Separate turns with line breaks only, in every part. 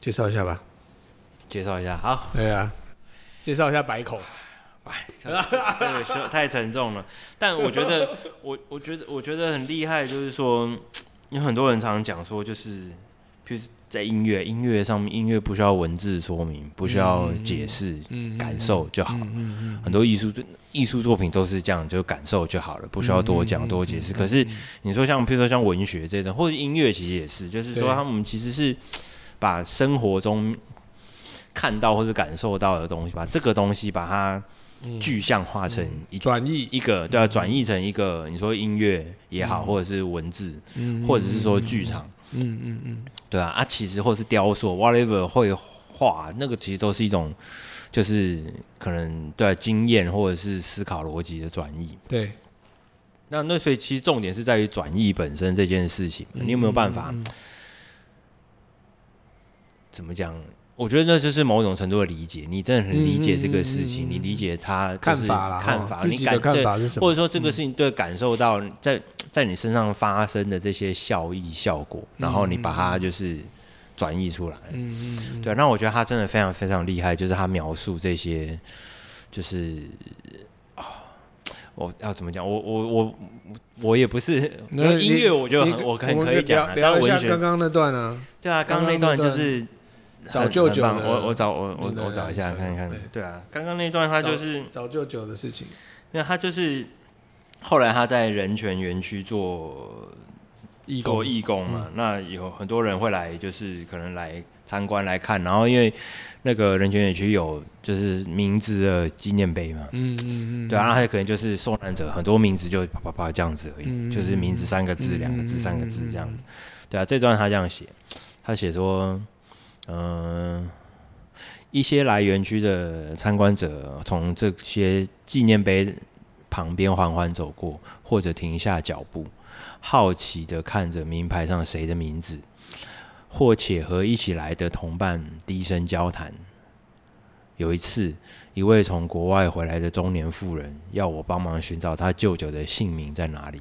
介绍一下吧。
介绍一下， 好，
对啊，介绍一下白口。
这个这个说太沉重了。但我觉得，我我觉得我觉得很厉害，就是说，有很多人常讲说，就是，譬如在音乐音乐上面，音乐不需要文字说明，不需要解释，
嗯
感受就好。
嗯
很多艺术艺术作品都是这样，就感受就好了，不需要多讲、多解释。可是你说像，譬如说像文学这种，或者音乐，其实也是，就是
对
说他们其实是把生活中看到或者感受到的东西，把这个东西把它具象化成一
嗯，转译，
一个，对啊，转译成一个，你说音乐也好，或者是文字，或者是说剧场，
嗯嗯嗯，
对啊，啊，其实或是雕塑，whatever 绘画，那个其实都是一种，就是可能对啊、经验或者是思考逻辑的转译。
对，
那那所以其实重点是在于转译本身这件事情，
嗯
你有没有办法？怎么讲？我觉得那就是某种程度的理解，你真的很理解这个事
嗯
情，你理解他
看法啦，
看
哦
法，
自
你
己
感
的看
对
法是什
或
么？嗯
者说这个事情对感受到在在你身上发生的这些效益效果，然后你把它就是转译出来。
嗯嗯
对，啊那我觉得他真的非常非常厉害，就是他描述这些，就是啊，我要怎么讲？我我我我也不是
那
音乐，
你
我觉得
你
很我
我
很
们
可以讲啊，
聊聊
但
一
文
下
学
刚刚那段啊，
对啊，刚刚那段就是
找
很
舅
很
舅
棒
的
我我找我我
那个
我找一下
找
看看
对。
对啊，刚刚那段他就是。
找舅舅的事情，
那他就是后来他在人权园区做
义工嗯
做义工嘛，那有很多人会来，就是可能来参观来看，然后因为那个人权园区有就是名字的纪念碑嘛。
嗯嗯嗯，
对啊，那他可能就是受难者很多名字就啪啪啪这样子而已，
嗯
就是名字三个字、
嗯
两个
嗯
字、三个字
嗯
这样子。对啊，这段他这样写，他写说，嗯、一些来园区的参观者从这些纪念碑旁边缓缓走过，或者停下脚步，好奇的看着名牌上谁的名字，或且和一起来的同伴低声交谈。有一次，一位从国外回来的中年妇人要我帮忙寻找她舅舅的姓名在哪里。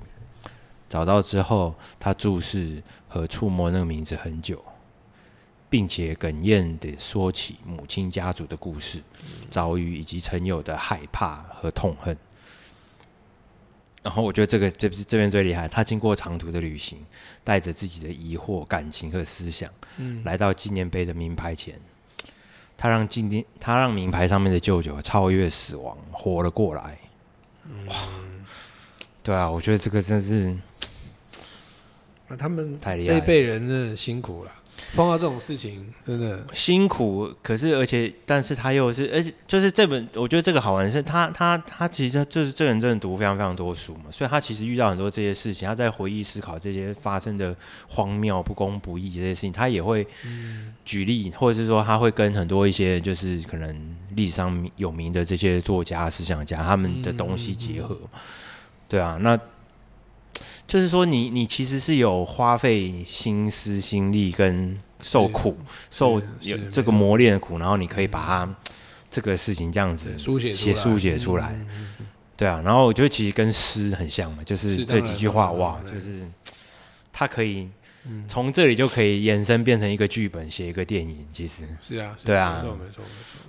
找到之后，他注视和触摸那个名字很久，并且哽咽地说起母亲家族的故事、遭遇以及曾有的害怕和痛恨。然后我觉得这个这这边最厉害，他经过长途的旅行，带着自己的疑惑、感情和思想，
嗯
来到纪念碑的名牌前，他让纪念他让名牌上面的舅舅超越死亡，活了过来。哇，对啊，我觉得这个真是
啊，他们
太厉害
这
了
一辈人真的辛苦了，碰到这种事情真的，
辛苦，可是而且但是他又是，而且就是这本，我觉得这个好玩是他他他其实就是这个人真的读非常非常多书嘛，所以他其实遇到很多这些事情，他在回忆思考这些发生的荒谬、不公不义这些事情，他也会举例，或者是说他会跟很多一些就是可能历史上有名的这些作家、思想家他们的东西结合，对啊，那就是说你你其实是有花费心思、心力跟受苦、受
是
有
是嗯
这个磨练的苦，然后你可以把它这个事情这样子
对书写出来
写
嗯
书写出来，对啊，然后我觉得其实跟诗很像嘛，就是
是
这
当
几
然
句话
当然
哇，
当然嗯
就是它可以从这里就可以延伸变成一个剧本，写一个电影，其实
是啊，是
对啊
没错没错没错，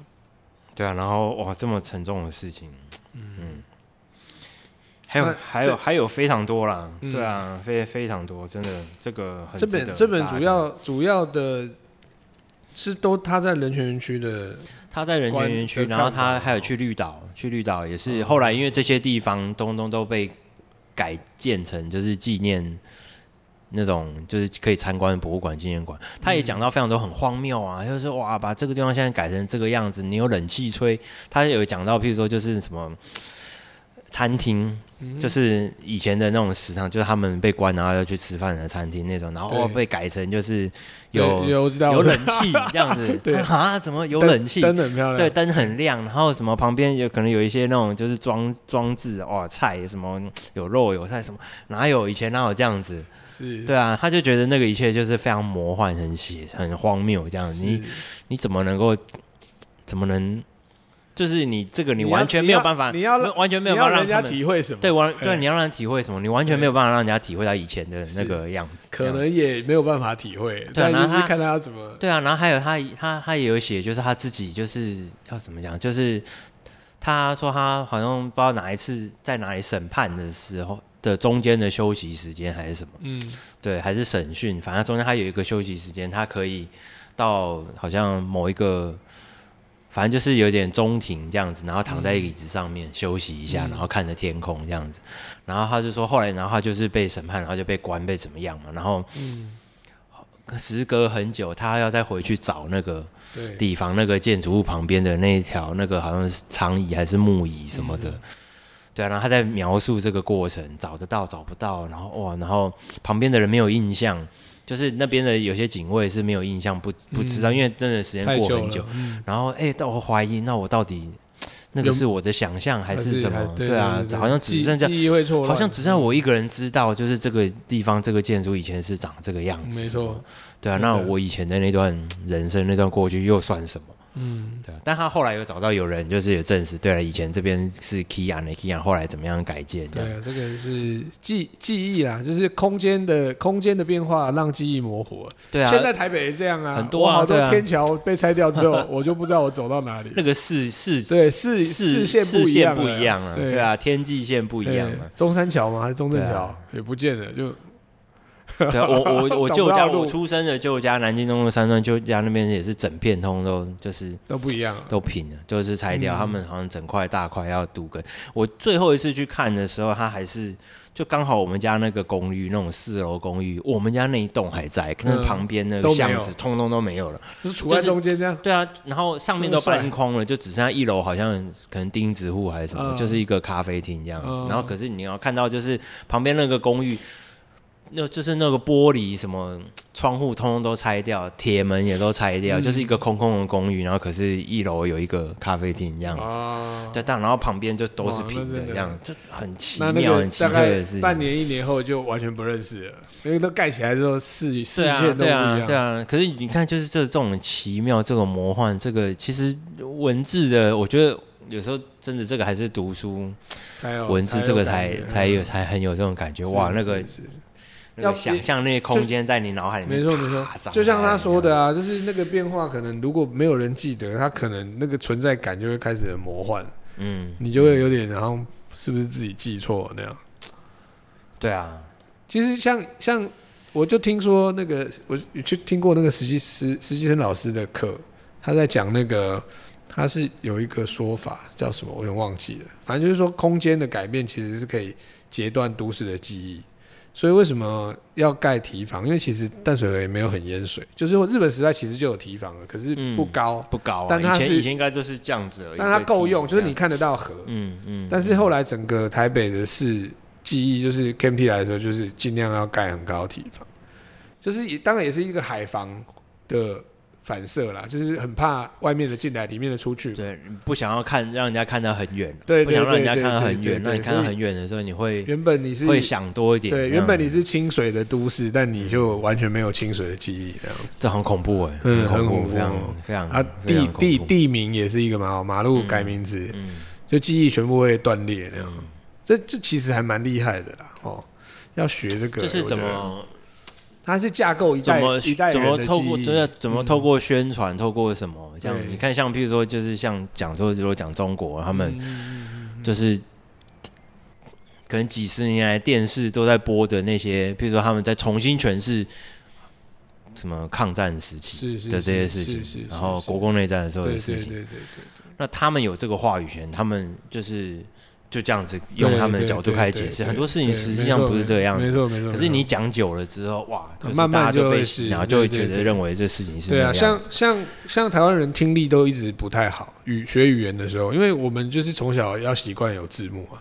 对啊，然后哇，这么沉重的事情，嗯，还有
那
还
这
有还有非常多啦，
嗯
对啊，非非常多，真的这个很
这
值得
本这本
大家
主要主要的是都他在人权园区的，
他在人权园区，
观的
然后
看
他
法哦
还有去绿岛，去绿岛也是后来因为这些地方东东都被改建成就是纪念那种就是可以参观的博物馆、纪念馆。他也讲到非常多很荒谬啊，就是说哇，把这个地方现在改成这个样子，你有冷气吹。他有讲到，譬如说就是什么。餐厅
嗯
就是以前的那种食堂，就是他们被关，然后要去吃饭的餐厅那种，然后哦
对
被改成就是有
有有我知道
有冷气这样
。
子
对
啊，怎么有冷气？
灯灯很漂亮，
对，灯很亮，然后什么旁边有可能有一些那种就是装装置哇，菜什么有肉有菜什么，哪有以前哪有这样子？
是，
对啊，他就觉得那个一切就是非常魔幻、很邪、很荒谬这样。
是
你你怎么能够怎么能就是你这个你
你要
完全没有办法，
你要你要
完全没有
你
办
要
法让
人
他
家
们
体会什么？
对完
哎
对你要让人体会什么，你完全没有办法让人家体会到以前的那
是
个样子，这
可
样
能也没有办法体会，
对啊
但
然后
就是
他
看他怎么。
对啊，然后还有他他他也有写，就是他自己就是要怎么讲，就是他说他好像不知道哪一次在哪里审判的时候的中间的休息时间还是什么，
嗯，
对，还是审讯，反正中间他有一个休息时间，他可以到好像某一个。反正就是有点中庭这样子，然后躺在椅子上面休息一下，然后看着天空这样子。然后他就说，后来然后他就是被审判，然后就被关，被怎么样嘛。然后，
嗯
时隔很久，他要再回去找那个
对，
底房那个建筑物旁边的那一条那个好像是长椅还是木椅什么的。
嗯
对啊，然后他在描述这个过程，找得到找不到，然后哇，然后旁边的人没有印象，就是那边的有些警卫是没有印象，不不知道，因为真的时间
嗯太
过
久
很
了嗯
久。然后哎，但我怀疑，那我到底那个
有
是我的想象还是什么
还？对
啊，好像只
记
剩下
记忆会错乱，
好像只剩我一个人知道，就是这个地方这个建筑以前是长这个样子。
没错，，
对啊，
真
那
的
我以前的那段人生那段过去又算什么？
嗯，
对啊，但他后来有找到有人，就是也证实，对啊了，以前这边是 Kia 呢，Kia 后来怎么样改建这
对
样？
啊，这个是记记忆啦，就是空间的空间的变化让记忆模糊了。
对啊，
现在台北也这样啊，
很多啊
我好
对啊
多天桥被拆掉之后，我就不知道我走到哪里。
那个视视
对视
视
视线不一样
视线不
了
一样啊，
对
对啊，天际线不一样 啊
对，中山桥吗？还是中正
对
桥
啊？
也不见了，就
对啊，我我我
找不
舅家
到路
我出生的舅家南京东路三段舅家那边也是整片通都就是
都不一样了。
都平了，就是拆
嗯
掉。他们好像整块大块要独根。我最后一次去看的时候，他还是就刚好我们家那个公寓，那种四楼公寓，我们家那一栋还在，可
嗯
能旁边那
都
个
没
巷
有
子通通都没有了。
就是处在
就是
中间这样。
对啊，然后上面都搬空了，就只剩下一楼，好像可能钉子户还是什么，
嗯
就是一个咖啡厅这样子。
嗯
然后可是你要看到，就是旁边那个公寓，那就是那个玻璃什么窗户通通都拆掉，铁门也都拆
嗯
掉，就是一个空空的公寓。然后可是一楼有一个咖啡厅这样子。
啊，
对，但然后旁边就都是
哇那
平的
真的
这样，就很奇
那那
妙、
个
很奇
大
特
概
的事情。
半年一年后就完全不认识了，因为都盖起来之后视视
对
线
啊，
都不一
对啊，
样。
对啊。可是你看，就是这这种奇妙、这种魔幻，这个其实文字的，我觉得有时候真的这个还是读书
才有
文字这个才
感觉
才有才很有这种感觉。
是
哇，
是
那个哎
是
那个
要
想象那个空间在你脑海里面，
没错没错
啪，
就像他说的，啊，就是那个变化，可能如果没有人记得，他可能那个存在感就会开始很魔幻，
长出来嗯，
你就会有点，然后是不是自己记错了那样？
对啊，
其实像像我就听说那个，我去听过那个实习实实习生老师的课，他在讲那个，他是有一个说法叫什么，我有点忘记了，反正就是说空间的改变其实是可以截断都市的记忆。所以为什么要盖堤防？因为其实淡水河也没有很淹水，就是日本时代其实就有堤防了，可是不高，
不高啊。
但它
以前
是
以前应该就是这样子而已，
但它够用，就是你
这样，
看得到河。
嗯嗯，
但是后来整个台北的市记忆，就是 KMT 来的时候，就是尽量要盖很高的堤防，就是也当然也是一个海防的反射啦，就是很怕外面的进来，里面的出去。
对不想要看，让人家看到很远，
对对
不想让人家
对
看
对
到很
对对
远。那你
对
看到
所以
很远的时候，你会
原本你是
会想多一点。
对，
这
原
样
本你是清水的都市，但你就完全没有清水的记忆这样子。
这很恐怖哎、
嗯
很
很
恐
恐怖
非常
哦
非常
啊，
嗯非常
地
恐怖
地地名也是一个蛮好，马路改名字，
嗯
就记忆全部会断裂那样。
嗯
这这其实还蛮厉害的啦，哦，要学这个
就是
我觉
怎
得
么
它是架构一
怎
代
么
一代
怎
人
么
的
透
记
过
忆嗯
真的怎么透过宣传，透过什么？像
对
你看，像譬如说，就是像讲说，如果讲中国，他
嗯
们就是。可能几十年来电视都在播的那些，譬如说他们在重新诠释什么抗战时期
是是
的这些事
是
情，
是是
然后
是
国共内战的时候的
对
事
对对
情，
对对
那他们有这个话语权，他们就是就这样子用他们的角度
对
开始
对
解释，
对
很多事情
对
实
没
际上
错
不是这个样
没
子。
错没错。
可
没
是
错
你讲久了之后，哇，就是
慢慢
大家
就
都被
会
洗
是
然后就会
对
觉
对
得
对
认为这事情是
对啊，
那样
像
子
像像台湾人听力都一直不太好，语学语言的时候，因为我们就是从小要习惯有字幕啊，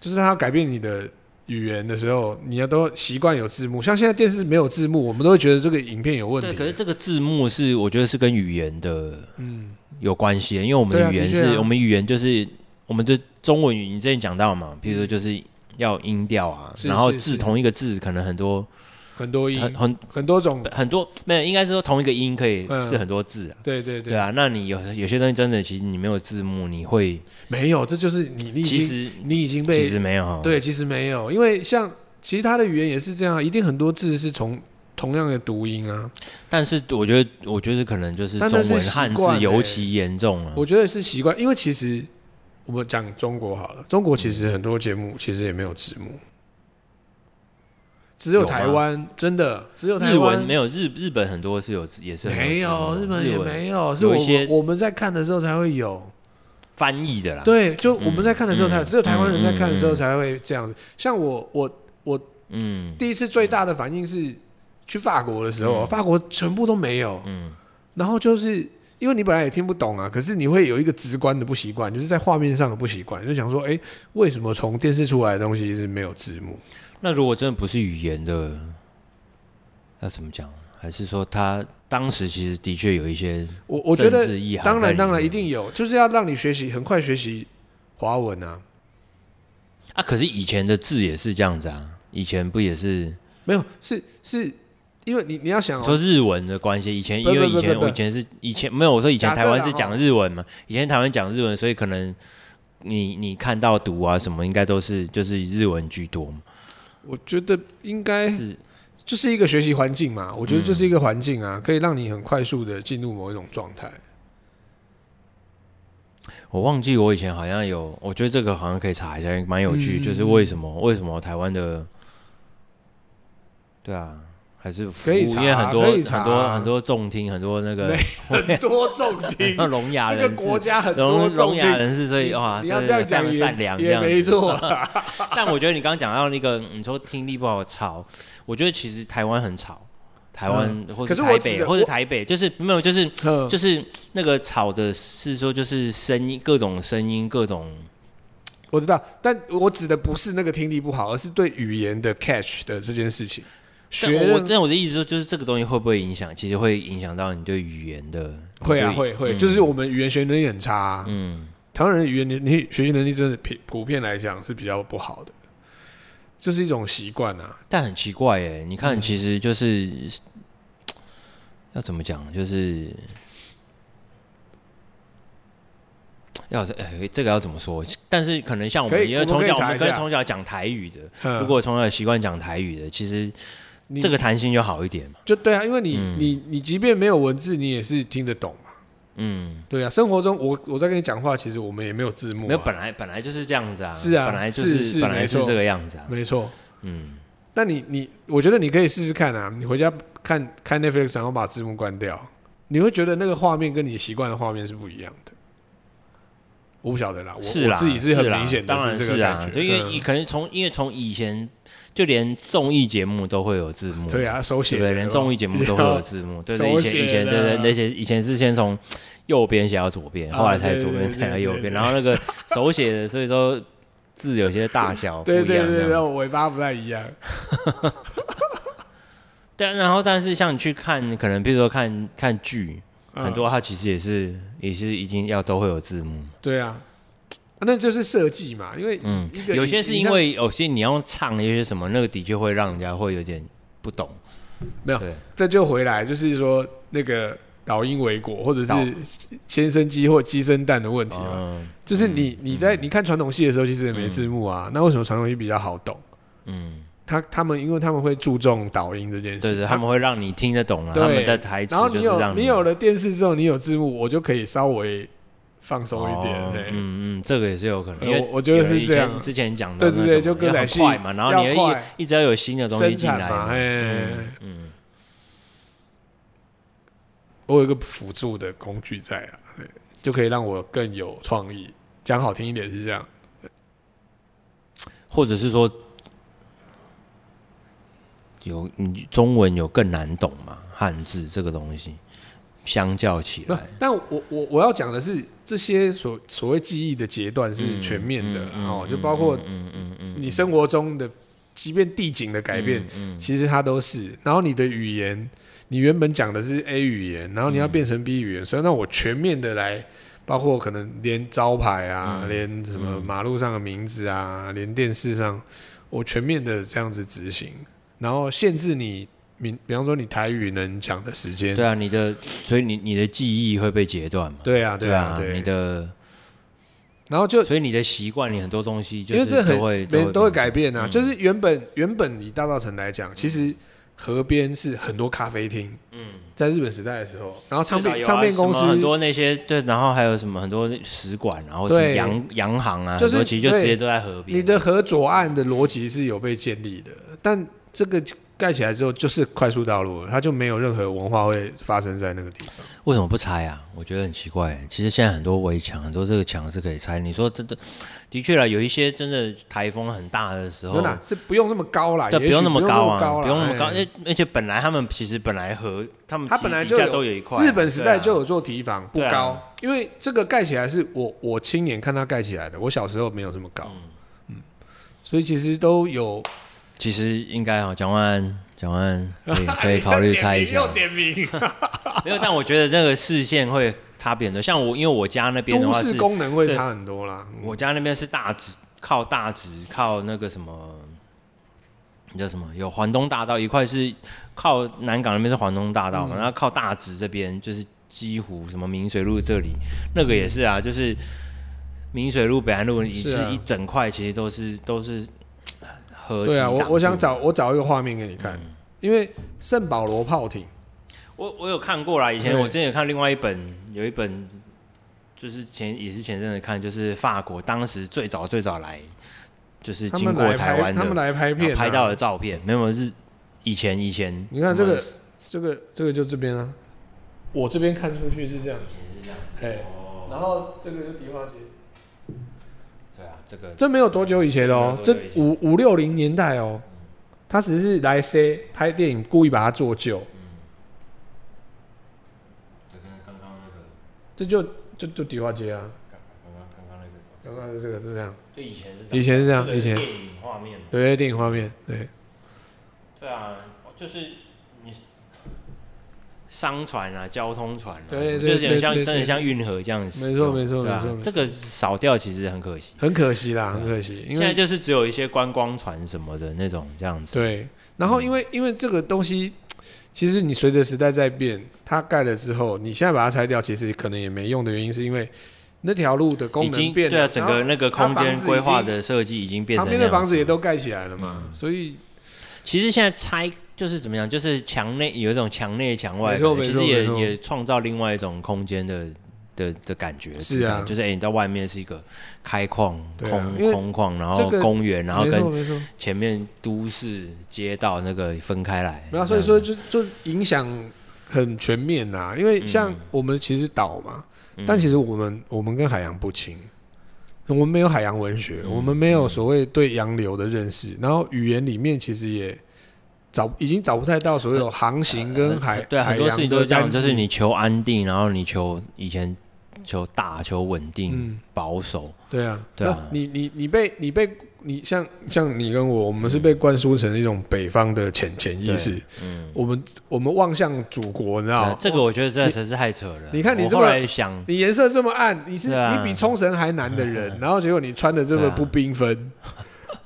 就是他要改变你的语言的时候，你要都习惯有字幕。像现在电视没有字幕，我们都会觉得这个影片有问
对，
题。
可是这个字幕是我觉得是跟语言的
嗯，
有关系的，因为我们的语
对啊
言
的确
是、
啊
我们语言就是我们的中文语，你之前讲到嘛，比如说就是要音调啊，
是
然后
是
字
是
同一个字可能很多
很多音
很很
很多种，
很多没有，应该是说同一个音可以
嗯
是很多字啊。
对对
对啊，那你有有些东西真的，其实你没有字幕，你会
没有，这就是你你已
其
经
实
你已经
其
被
实没有哦，
对，其实没有，因为像其他的语言也是这样，一定很多字是从同样的读音啊，
但是我觉得，我觉得可能就是
但
中
那是
文
习
汉
惯
字
欸
尤其严重啊了、
我觉得是习惯，因为其实我们讲中国好了，中国其实很多节目其实也没有字幕，只有
有吗
台湾真的只有台
日文
湾
没有日日本很多是有也是很
没有，
字
日
幕的
本也
文
没有，是
有
我
一些
们我们在看的时候才会有。
翻译的啦。
对，就我们在看的时候才，
嗯
只有台湾人在看的时候
嗯嗯嗯
才会这样子。像我，我
嗯
第一次最大的反应是去法国的时候，法国全部都没有，
嗯，
然后就是因为你本来也听不懂啊，可是你会有一个直观的不习惯，就是在画面上的不习惯，就想说，哎，为什么从电视出来的东西是没有字幕？
那如果真的不是语言的，要怎么讲？还是说他当时其实的确有一些
我我觉
政
得
治意涵
当
在
然
里
当然
面
一定有，就是要让你学习很快学习华文啊。
啊，可是以前的字也是这样子啊，以前不也是
没有，是是因为你你要想、
你
哦，
说日文的关系？以前
不
因为
不不
以前
不不
我以前是以前没有，我说以前
假设
台湾
啦哦
是讲日文嘛，以前台湾讲日文，所以可能你你看到读啊什么，应该都是就是日文居多嘛。
我觉得应该
是嗯
就是一个学习环境嘛，我觉得就是一个环境啊，可以让你很快速的进入某一种状态。
我忘记我以前好像有，我觉得这个好像可以查一下，蛮有趣。
嗯
就是为什么为什么台湾的，对啊，还是服务
可以查
因为很多
可以查
很多很多重听，很聋听很多那个
很多重听
那，聋哑
这个
人
国
士，
家很多
聋
重
聋哑
听。
人士，所以哇，
你要
真
这
的
样
非常
讲也
善良这
也
样
没
子。
错 啦，
但我觉得你刚刚讲到那个，你说听力不好吵，我觉得其实台湾很吵，台湾或
嗯可
者
是我
台
指
北
的
或者
我
台北就是没有就是。
嗯
就是那个吵的是说，就是声音，各种声音，各种
我知道，但我指的不是那个听力不好，而是对语言的 catch 的这件事情。
但
学
我但我的意思说，就是这个东西会不会影响？其实会影响到你对语言的
会啊，
对
会会，
嗯
就是我们语言学习能力很差啊、
嗯，
台湾人的语言你学习能力真的普普遍来讲是比较不好的，就是一种习惯啊。
但很奇怪哎，你
嗯
看，其实就是、要怎么讲，就是要是哎、这个要怎么说？但是可能像我
可
们，
以
因
我们
为
可
从
以
小我
查
们
一
跟
下
从小讲台语的，
嗯
如果从小习惯讲台语的，其实
你
这个弹性就好一点嘛。
就对啊，因为你、
嗯
你你即便没有文字，你也是听得懂嘛。
嗯，
对啊，生活中我我在跟你讲话，其实我们也没有字幕、啊，
没有，本来本来就是这样子啊，
是啊
本来就是
是
本来
没
是
错
这个样子啊，
没错。
嗯。
那你你，我觉得你可以试试看啊，你回家看看 Netflix，然后把字幕关掉，你会觉得那个画面跟你习惯的画面是不一样的。我不晓得啦，我
是啦，
我自己是很
啦
明显的
当然
这个
是
感
啊
觉，，
对，因为你
嗯
可能从因为从以前就连综艺节目都会有字幕，
对啊，手
对
写
不对，连综艺节目都会有字
哦
幕，对对，以
手写
前以前
的
对对，那些以前是先从右边写到左边，
啊
后来才
对
左边
对
写到
对
右
对
边，然后那个手写的，所以说字有些大小不 一
对对对
样这
对，
样子。
我尾巴不太一样。
但然后但是像你去看，可能比如说看看剧，
嗯
很多它其实也是也是一定要都会有字幕。
对啊，啊那就是设计嘛，因为
嗯
一，个
有些是
影
因
像
为有些你要唱有些什么，那个的确会让人家会有点不懂。
没有
对，
这就回来，就是说那个导因为果，或者
导
是先生鸡或鸡生蛋的问题嘛。
嗯
就是你你在你看传统戏的时候，其实也没字幕啊。那为什么传统戏比较好懂？
嗯，
他他们因为他们会注重导音这件事，
对对，他们会让你听得懂了，啊
对
他们的台词
然后
就
你
是
有
让
你有了电视之后，你有字幕，我就可以稍微放松一点。
哦
对
嗯嗯，这个也是有可能，
呃
因为
我我觉得是
有以前
这样
之前讲的
对对对就歌
更
仔戏
快嘛，然后你
要
又
快
一一直要有新的东西
生
进
产
来
嘛，
嘛，
哎
嗯，嗯，
我有一个辅助的工具在啊，对就可以让我更有创意。讲好听一点是这样，
或者是说有你中文有更难懂嘛，汉字这个东西相较起
那
来。
但我我我要讲的是，这些所所谓记忆的阶段是全面的
嗯
哦，就包括
嗯嗯嗯
你生活中的，即便地景的改变，
嗯
其实它都是。然后你的语言，你原本讲的是 A 语言，然后
嗯
你要变成 B 语言，所以那我全面的来，包括可能连招牌啊，
嗯
连什么马路上的名字啊，连电视上，我全面的这样子执行。然后限制你，比比方说你台语能讲的时间。
对啊，你的所以你你的记忆会被截断嘛？
对啊，对
啊，
啊，对
你。的
然后就
所以你的习惯，你很多东西就
因为
是
这很
都会
每都会改
变
变啊，就是原本原本以大稻城来讲，其实河边是很多咖啡厅，嗯，在日本时代的时候，然后唱
对啊
片
有啊
唱片公
什么很
司
多那些对，然后还有什么很多使馆啊，或者
对
是洋洋行啊，
就是
很多其实就
对
直接都在河边。
你的河左岸的逻辑是有被建立的，但这个盖起来之后就是快速道路了，它就没有任何文化会发生在那个地方。
为什么不拆啊？我觉得很奇怪。其实现在很多围墙，很多这个墙是可以拆。你说真的，的确了，有一些真的台风很大的时候
真，的是不用这么高啦，
对，
也许
不用那么
高
高啊，
啦
不用那么高。
哎
而而且本来他们其实本来和他们
它
其
本来
底
就
下
有
都有一块啊，
日本时代就
对啊
有做提防，不
对啊
高，因为这个盖起来是我我亲眼看它盖起来的，我小时候没有这么高，嗯所以其实都有
其实应该啊，蒋万安，蒋万 安可以 可以考虑拆一下。
哎点名
没有，但我觉得这个视线会差别很多。像我，因为我家那边的
都
话
市
是，
功能会差很多啦。嗯
我家那边是大直，靠大直，靠那个什么，那叫什么？有环东大道一块是靠南港那边是环东大道
嗯
嘛，然后靠大直这边就是西湖什么明水路这里，那个也是啊，就是明水路、北安路，一
是
是
啊
一整块其实都是都是呃合体
对啊，我
挡
我
住
想找我找一个画面给你
嗯
看，因为圣保罗炮艇，
我我有看过啦，以前
对
我之前有看另外一本，有一本就是前也是前阵子看，就是法国当时最早最早来，就是
他
经
们
过
来
台
拍
湾
他
的
们，来拍
然后
片啊
拍到的照片，没有是以前以前，
你看这个
什么
这个这个就这边啊，我这边看出去是这样，哎，然后这个就迪化街。
对啊，这个
这没有多久以前哦，
没有多
这
久以前
五五六零年代哦，他只是来 C 拍电影，故意把它做旧，
这跟刚刚那个
这就就就迪化街啊，
刚刚刚刚那个，
刚刚这个是这样，
就以前是
以前是这样，以前
电影画面嘛，
对电影画面，对
对啊，就是你商船啊，交通船啊，
对
就是有点
对
像
对
真的
对
像运河这样使
没
用，
错没错
对啊
没错没错
这个少掉其实很可惜。
很可惜
啊
啦，很可惜，因
现在
为
就是只有一些观光船什么的那种这样子，
对，然后因为因为这个东西，其实你随着时代在变，它盖了之后，你现在把它拆掉，其实可能也没用的原因，是因为那条路的功
已经
能变了，
对啊，整个那个空
然后它房
间
子已经
规划的设计已经变
旁
成
边
那
的
样嗯
房
子。
子也都盖起来了嘛，所以
其实现在拆就是怎么样，就是墙内有一种墙内墙外的
没错
感觉，其
没
实
错
也
没错
也创造另外一种空间的的的感觉。
是啊
知道就是哎、你到外面是一个开旷、
对啊
空
因为
空旷，然
这
后
个
公园，然后
没
跟
错没错。
前面都市街道那个分开来。
没有，啊所以说就就影响很全面呐、因
嗯
为像我们其实岛嘛，但其实我们我们跟海洋不亲，我们没有海洋文
嗯
学，我们没有所谓对洋流的认识，然后语言里面其实也找已经找不太到所谓有航行跟海、
呃对啊，
海
很多事
洋
情都
的
是这样，
单字
就是你求安定，然后你求以前求大、求稳定、
嗯
保守，
对啊，
对啊
那你你你被你被你像像你跟我，我们是被灌输成一种北方的潜潜意识，
嗯。
我们我们望向祖国，你知
对
道
啊
吗，
这个我觉得真的实在是太扯了。
你看你
我
这
后
么
来想，
你颜色这么暗，你是、
对啊
你比冲绳还难的 人，然后结果你穿的这么不缤纷，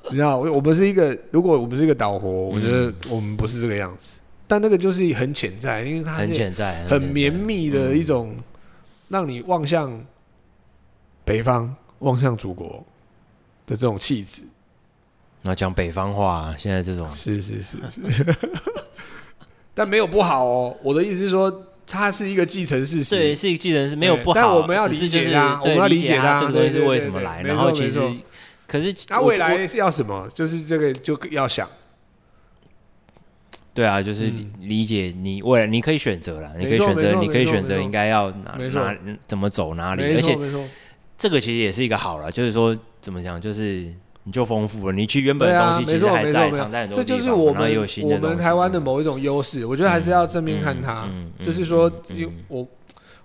你知道，我我们是一个，如果我们是一个岛国，我觉
嗯
得我们不是这个样子，但那个就是很潜在，因为它
很
是
潜在，
哎很
潜在
绵密的一种，让你望向北方、望向祖国的这种气质，
那讲北方话，啊现在这种
是是是是， 但没有不好哦，我的意思是说，它是一个继承事
这也
实。
是一个技能是没有
对
不好，
但我们要
只是
理
就
解
是
它
对
我们要
理
理解它
这个东西
对
是
对
为
对
什么
对
来。
没
然后
错
其
没
实
错，
可是
那
我
未
我
来是要什么？就是这个就要想。
对啊，就是
嗯
理解你未来你可以选择啦，你可以
没错
选
没
择，
错
你可
没
以
错
选择
没错
应该要哪
没错
哪怎么走哪里，
没
而
错
且
没错，
这个其实也是一个好了，就是说怎么讲，就是你就丰富了，你去原本
对
的
啊
东西
没
其实
错
还
没
在，
错
藏在很多
这
地方，
就是我
然后
们
也有新
我
的东西
们台湾的某一种优势。我觉得还是要正面看它
嗯嗯，嗯
就是说
嗯嗯，嗯
因为我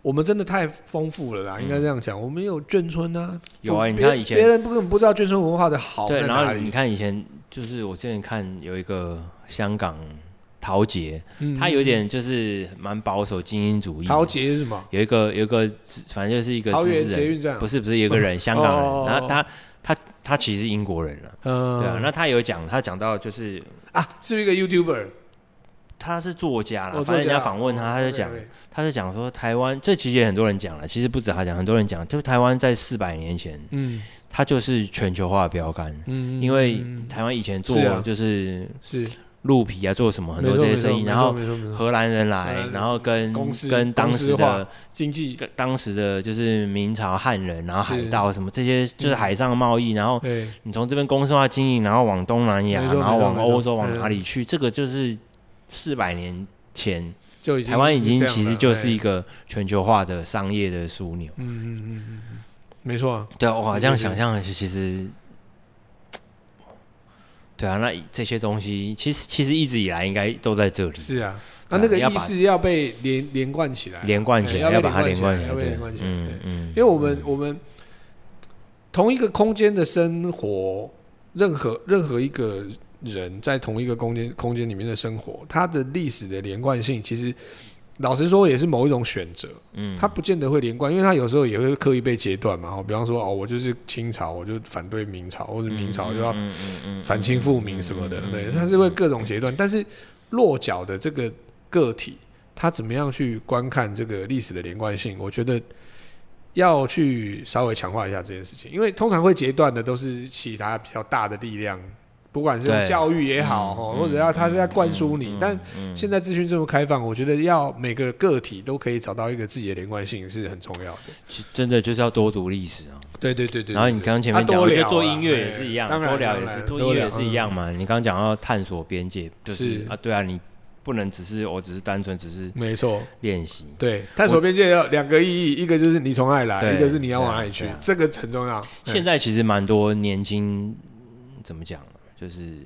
我们真的太丰富了啦，应该这样讲。我们有眷村啊，
有啊
不
你
别
看以前
别人不根本不知道眷村文化的好
对，
在
然
哦哪
后你
里。
看以前就是我之前看有一个香港陶杰，
嗯
他有点就是蛮保守精英主义的，
陶杰是什么？
有一个有一个知，反正就是一个
桃
知
园
识
捷
人，
运站
不是不是有一个人，香港
哦哦哦
人，然后他他他其实是英国人了、
嗯，
对啊。那他有讲，他讲到就是
啊，是不是一个 YouTuber，
他是作家啦，
我
反正人家访问他，
哦
他就讲，他就讲说台湾，这其实也很多人讲了，其实不止他讲，很多人讲，就台湾在四百年前，
嗯
它就是全球化的标杆，
嗯，
因为
嗯嗯
台湾以前
是
做
啊
就是
是
鹿皮啊，做什么很多
没错
这些
没错
生意，
没
然
错
后
没错没错
荷兰人
荷兰
来，
人
然后跟
公司
跟当时
公司化
的
经济
跟当时的就是明朝汉人，然后海
是
盗什么这些就是
嗯
海上贸易，然后
对
你从这边公司化经营，然后往东南亚，
没错
然后
没错
往
没错
欧洲，往
嗯
哪里去？这个就是四百年前
就已经
台湾已经
是这样
其实
了
就是
哎
一个全球化的商业的枢纽。
嗯嗯嗯嗯嗯，没错啊，
对啊，哇，
对
这样
对
想象其实，对啊，那这些东西其实其实一直以来应该都在这里
是啊，那
对啊
那个
要
意
把
识要被连连贯起来，
连贯起
哎
来，
要
把它
被连
贯
贯起来
来，
要被
对
连贯起来
嗯
对
嗯，
因为我们我们同一个空间的生活，任何任何一个人在同一个空间空间里面的生活，它的历史的连贯性，其实老实说也是某一种选择，
嗯
它不见得会连贯，因为它有时候也会刻意被截断嘛。哦，比方说哦，我就是清朝，我就反对明朝，或者明朝就要
嗯嗯嗯
反清复明什么的，对，它是会各种阶段。但是落脚的这个个体，他怎么样去观看这个历史的连贯性？我觉得要去稍微强化一下这件事情，因为通常会截断的都是其他比较大的力量，不管是用
对
教育也好，
嗯
哦
嗯
或者要他是在灌输你。
嗯
但
嗯
现在资讯这么开放，我觉得要每个个体都可以找到一个自己的连贯性是很重要的。
其真的就是要多读历史啊。
对对对对。
然后你
对
刚刚前面
啊
讲，
多
我觉得
聊
做
啦
音乐
哎
也是一样，
当然
多聊也
当
是
然
做
多
音乐也
聊
是一
嗯
样嘛。你刚刚讲到探索边界，就是
是
啊，对啊，你不能只是我只是单纯只是
没错。
练习，
对，探索边界有两个意义，一个就是你从哪里来，
对
一个是你要往哪里去
对啊，
这个很重要。嗯
现在其实蛮多年轻，怎么讲啊，就是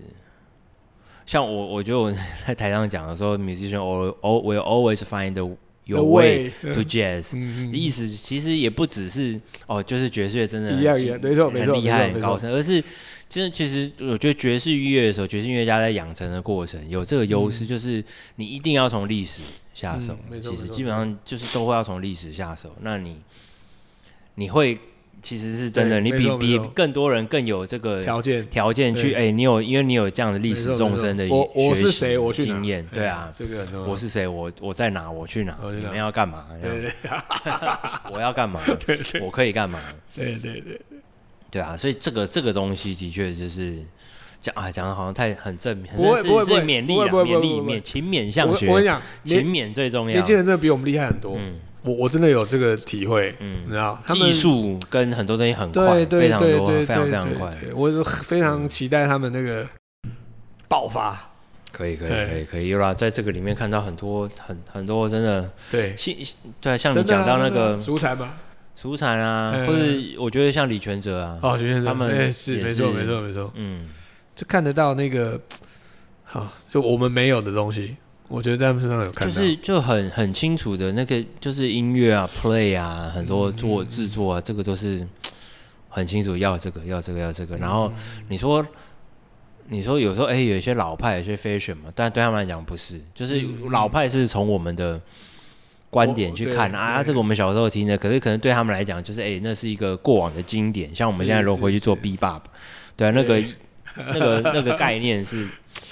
像我，我觉得我在台上讲的时候，musician al al will always find the your way to jazz。
嗯嗯
意思其实也不只是哦，就是爵士乐真的
一样
很
一样没错没错
很厉害、
没错
很高深，而是真的其实我觉得爵士乐手、爵士乐家在养成的过程有这个优势，就是你一定要从历史下手
嗯。没错
其实
没错
基本上就是都会要从历史下手，那你你会其实是真的，
对
你
没
比
错
比
没错
更多人更有这个
条件
条件去，哎、你有因为你有这样的历史纵深的
没错没错我我
学
是
习
谁，我去哪
经验，对啊
哎。这个很重要。
我是谁？我我在哪？我去哪？
我去
你
哪
们要干嘛？这样
对
我要 干嘛？我可以干嘛？
对对对，
对啊，所以这个这个东西的确就是讲啊，讲的好像太很正面，
不会
是
不会
是
不会
勉励
不会
啊，
不会不
勉
会
励
不会
勉勤勉
我
向
我跟你
学，
讲，
勤
年
勉最重要
年。轻人真的比我们厉害很多。
嗯
我我真的有这个体会，
嗯
你知道，他们
技术跟很多东西很
对
快，非
对
常
对
多，
对
非
对
常非常快
对，。对我非常期待他们那个爆发。
可以可以
对
可以可以，有啦，在这个里面看到很多很很多真的
对，
信对啊，像你
真的啊
讲到那
真的啊
个
蔬菜嘛，
舒产啊，
嗯
或者我觉得像李全哲啊，
哦，徐先生，
他们
哎是
也
没错没错，没错。
嗯，
就看得到那个，好，就我们没有的东西，我觉得在他们身上有看
就
到。
是就很很清楚的那个，就是音乐啊、play 啊，很多
嗯
做制作啊，这个都是很清楚要这个要这个要这个。然后
嗯
你说你说有时候哎、有一些老派，有些 fashion 嘛，但对他们来讲不是，就是老派是从我们的。观点去看
嗯我对
啊，
对
这个我们小时候听的，可是可能对他们来讲，就是哎、那是一个过往的经典。像我们
是
现在如果
是
回去做
是
B b o p 对啊，那个那个那个概念是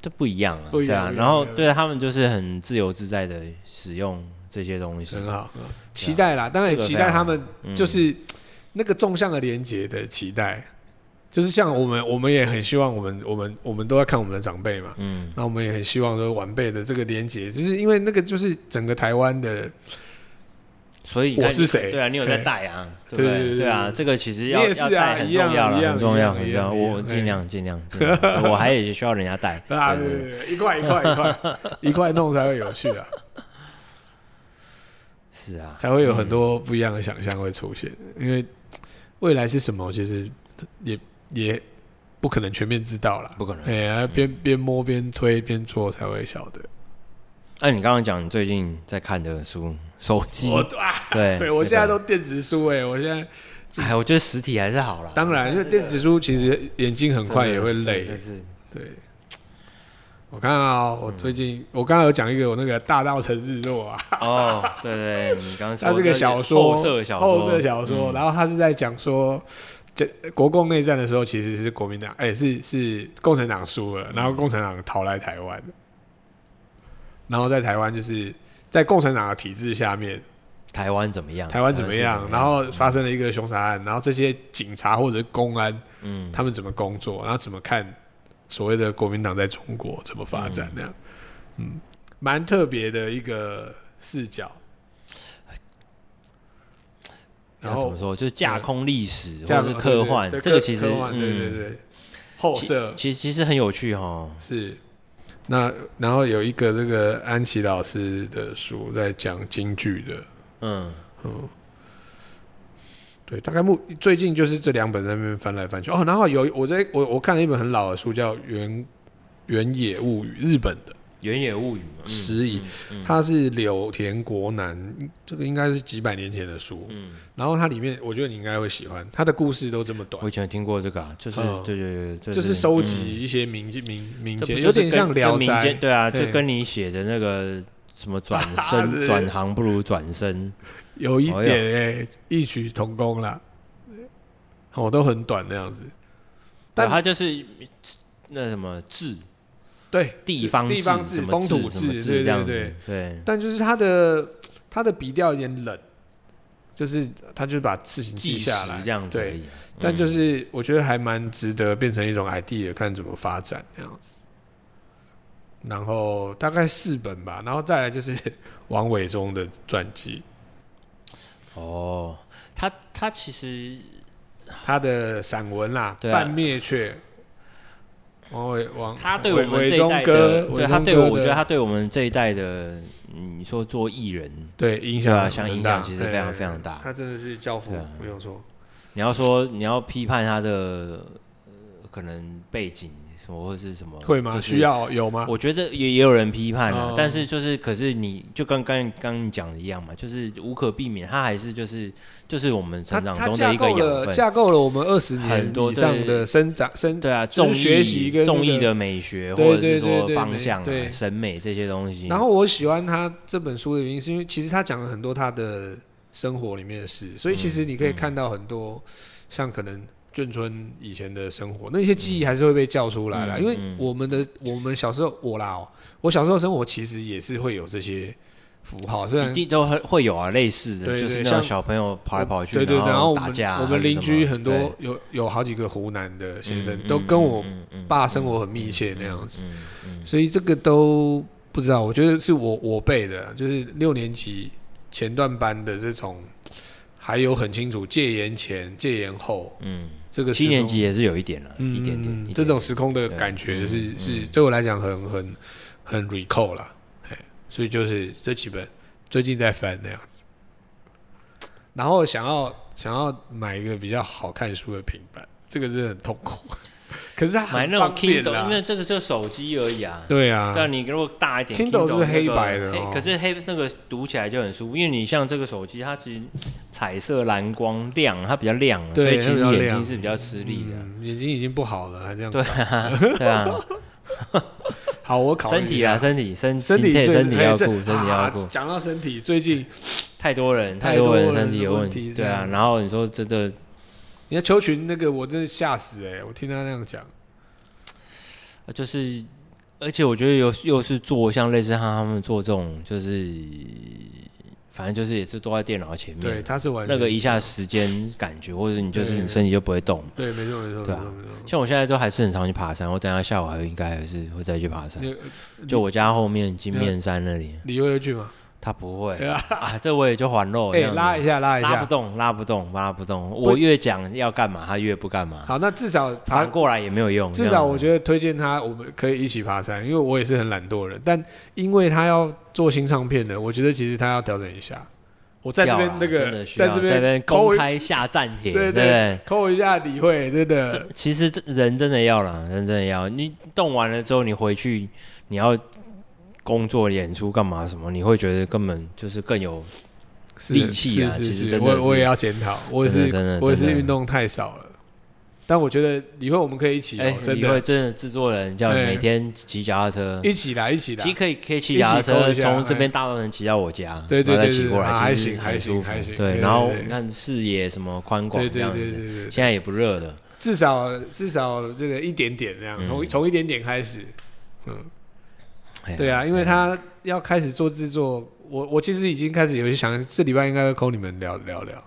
这不一样啊，
不一样不
对啊。
一样
然
不
后
一样
对他们就是很自由自在的使用这些东西，
很好，嗯啊期待啦，当然也
这个
期
非
待
常
他们
嗯
就是那个纵向的连接的期待，就是像我们，我们也很希望我们，我们，我们都在看我们的长辈嘛，
嗯，
那我们也很希望说晚辈的这个连接，就是因为那个就是整个台湾的，
所以你看
我是谁
对啊，你有在
嘿
带啊，对不
对对
对？
对
对啊，这个其实
你
要
也
要
是啊
带很
一样
重要了，
一样
很重要，
一样
很重要。
一样
我
嘿
尽量尽量，尽量对我还也需要人家带，
啊，
对
对
对对
对对，一块一块一 块一块弄才会有趣啊，
是啊，
才会有很多不一样的想象会出现。因为未来是什么，其实也也不可能全面知道啦。
不可能。嗯
哎呀，边边摸边推边做才会晓得。
那你刚刚讲你最近在看的书，手机
我啊，
嗯对
对我现在
那
都电子书哎，我现在
个哎，我觉得实体还是好啦，
当然，因为电子书其实眼睛很
真的嗯
快也会累
是。是是
对，我看啊，我最近我刚刚有讲一个我那个《大道城日落》啊，
哦，对对，你刚刚说
它是个
那
小说，嗯
后设小说，
后设小说，然后它是在讲说这国共内战的时候，其实是国民党，哎、是是共产党输了，然后共产党逃来台湾，然后在台湾就是在共产党的体制下面，
台湾怎么样？
台湾怎么
是
样？然后发生了一个凶杀案，然后这些警察或者是公安，
嗯，
他们怎么工作，然后怎么看所谓的国民党在中国怎么发展那样，嗯，蛮、特别的一个视角。然
要怎
后
么说？就是架空历史或
这样
者是科幻，
对对
这个其实
科幻对对
嗯，
对，后
其
设
其实其实很有趣哈。
是。那然后有一个这个安琪老师的书在讲京剧的，
嗯，
嗯，对，大概目最近就是这两本在那边翻来翻去哦，然后有我在我我看了一本很老的书叫《原原野物语》，日本的
《原野物语》嘛，嗯
石蚁，
嗯
它是柳田国男，这个应该是几百年前的书，
嗯，
然后它里面我觉得你应该会喜欢，它的故事都这么短
我以，前有听过这个啊，就是
嗯
对对对，嗯
就是收集一些民间民民
这不
间，
就是
有点像
跟
聊
跟民
斋
间，对啊，
对
就跟你写的那个什 么转
对
身转行不如转身，
有一
哎
点哎、异曲同工啦。哦，都很短那样子。但
但啊它就是那什么志
对，
地方
地方
志、什么
风土
志什么
志，
这
对对
样
对
子。对，
但就是他的他的笔调有点冷，就是他就是把事情
纪
记
实
下来
这样子而
对，
已。
但就
嗯
是我觉得还蛮值得变成一种 idea，看怎么发展这样子。然后大概四本吧，然后再来就是 王伟忠的传记，
哦，他他其实
他的散文啦，
对啊
半灭却。王伟王，
他对我们
伟
这一
忠
代
哥
的，
伟
对他
忠
对
哥
我，我觉
的
得他对我们这一代的，嗯你说做艺人，
对影
对啊
响
像
很
影
大
响其实非常
哎
非常大
他真的是教父
对啊，
没有错。
你要说你要批判他的呃可能背景什么或是什么，
会吗？
哦就是
需要有吗？
我觉得也也有人批判啊，
哦
但是就是，可是你就跟刚刚你讲的一样嘛，就是无可避免，它还是就是就是我们
他
成长
他
中
架
的一个
构
养
了
分。
架构了我们二十年
很多
以上
对
的生长生
对啊，
就是
综艺
学习跟那个
综艺的美学，
对
或者是
对对
说
对
方向
美对
啊、审美这些东西。
然后我喜欢他这本书的原因，是因为其实他讲了很多他的生活里面的事，所以其实你可以看到很多、
嗯
像可能眷村以前的生活，那些记忆还是会被叫出来啦。
嗯
因为
嗯
我们的我们小时候我啦、哦，我小时候生活其实也是会有这些符号，虽然
一定都会会有啊，类似的，
对对
就是那种
像
小朋友跑来跑去，
对对，然后我
打
们
架啊、
我们邻
还
居
是什么
很多有有好几个湖南的先生、
嗯
都跟我
嗯嗯嗯
爸生活很密切那样子，
嗯嗯
所以这个都不知道。我觉得是我我背的，就是六年级前段班的这种，还有很清楚戒严前、戒严后
嗯
这个
嗯，
时空
七年级也是有一点了，
嗯
一点点一点
这
点
种时空的感觉是是对我来讲很很很 recall 啦，嘿所以就是这几本最近在翻那样子，然后想要想要买一个比较好看书的平板，这个真的很痛苦，可是它
买
很
那种
方便
Kindle，
啦
因，为这个就手机而已啊。
对啊，
但你如果大一点
Kindle 是不是
那个
黑白的
黑
哦
可是黑那个读起来就很舒服，因为你像这个手机，它其实彩色、蓝光、亮，它比较亮，所
对
以其实
它比较
眼睛
亮
是比较吃力的。
嗯眼睛已经不好了，还这样
对啊，对啊，
好，我嗯 考虑
身体
一下
啊，。身体身
身体
心态
最
身体
哎
要
这
顾，身体要
啊
顾。
讲到身体，最近
太多人，
太
太多人
多人
身体
的
有
问
问
题
题，
这
对啊。
样
然后你说真的，
你看邱群那个，我真的吓死哎！我听他那样讲，
呃就是，而且我觉得又又是做像类似像他们做这种，就是反正就是也是坐在电脑前
对，
面，
他是完全
那个一下时间感觉，或者你就是你身体就不会动。
对，没错没错没
对
错
啊
没错。
像我现在都还是很常去爬山，我等一下下午还会应该还是会再去爬山。
你
就我家后面金面山那里，
李优有去吗？
他不会
对
啊，这我也就环肉这
哎、
样子
拉一下，拉一
拉不
下。
动，拉不动，拉不动。我越讲要干嘛，他越不干嘛，
好，那至少爬
啊反，过来也没有用。
至
这
少
样子
我觉得推荐他，我们可以一起爬山，因为我也是很懒惰的人。但因为他要做新唱片的，我觉得其实他要调整一下。我在这
要啦啊
边那
真
个
的，需
在
要
这
这边
边
公
抠一
开下 站帖，
对
不
对，抠一下李慧，真的
这其实这人真的要啦，人真的要。你动完了之后，你回去你要工作、演出干嘛什么，你会觉得根本就是更有
是
力气啊
是
其
是
实
是
真的
我
是
我也要检讨，我也
真的
是
真的
我也
真
是
的
运动太少了。但我觉得以后我们可以一起、哦，
哎，
真
你会
的，
真的制作人叫你
哎
每天骑脚踏车，
一起来，一起
其实
来。
可以可以骑
一起
脚踏
勾
车
一下哎
从这边大道城骑到我家，
对对
然后再
对
骑
对
过来，
啊还
其实
行还
很舒
行
服
还行
对，
对
然后
对对
你看视野什么宽广
对
这
对
样
对对
子，
对对，
现在也不热了。
至少至少这个一点点这
嗯
样，从从一点点开始，嗯，
哎呀
对啊，因为他要开始做制作，我我其实已经开始有些想，这礼拜应该会 call 你们聊聊聊，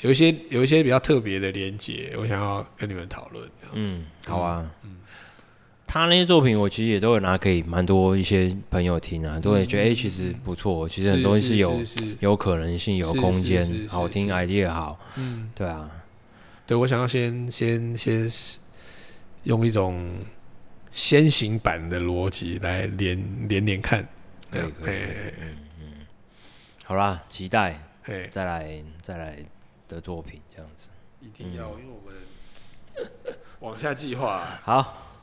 有一些有一些比较特别的连接，我想要跟你们讨论。这样
嗯，好啊。他那些作品，我其实也都有拿给蛮多一些朋友听啊，都会觉得哎、诶其实不错，其实很多东西有
嗯是是是
有可能性、有
是
空
是
间
是，是
好听
是
idea 好，
嗯，
对啊，
对我想要先先先用一种先行版的逻辑来连连连看，
可以
嗯
可以
嘿
可以
嘿
好啦，期待
嘿，
再来再来的作品这样子。
一定要，因为我们 往下计划啊
好，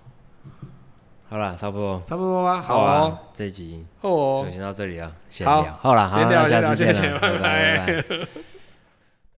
好啦，差不多，
差不多吧，好
啊
哦，，
这一集
哦
就，先到这里了，闲
好
聊，好啦，好
先
啦，
聊先
下次
聊
见
谢谢
了，
拜
拜拜拜拜。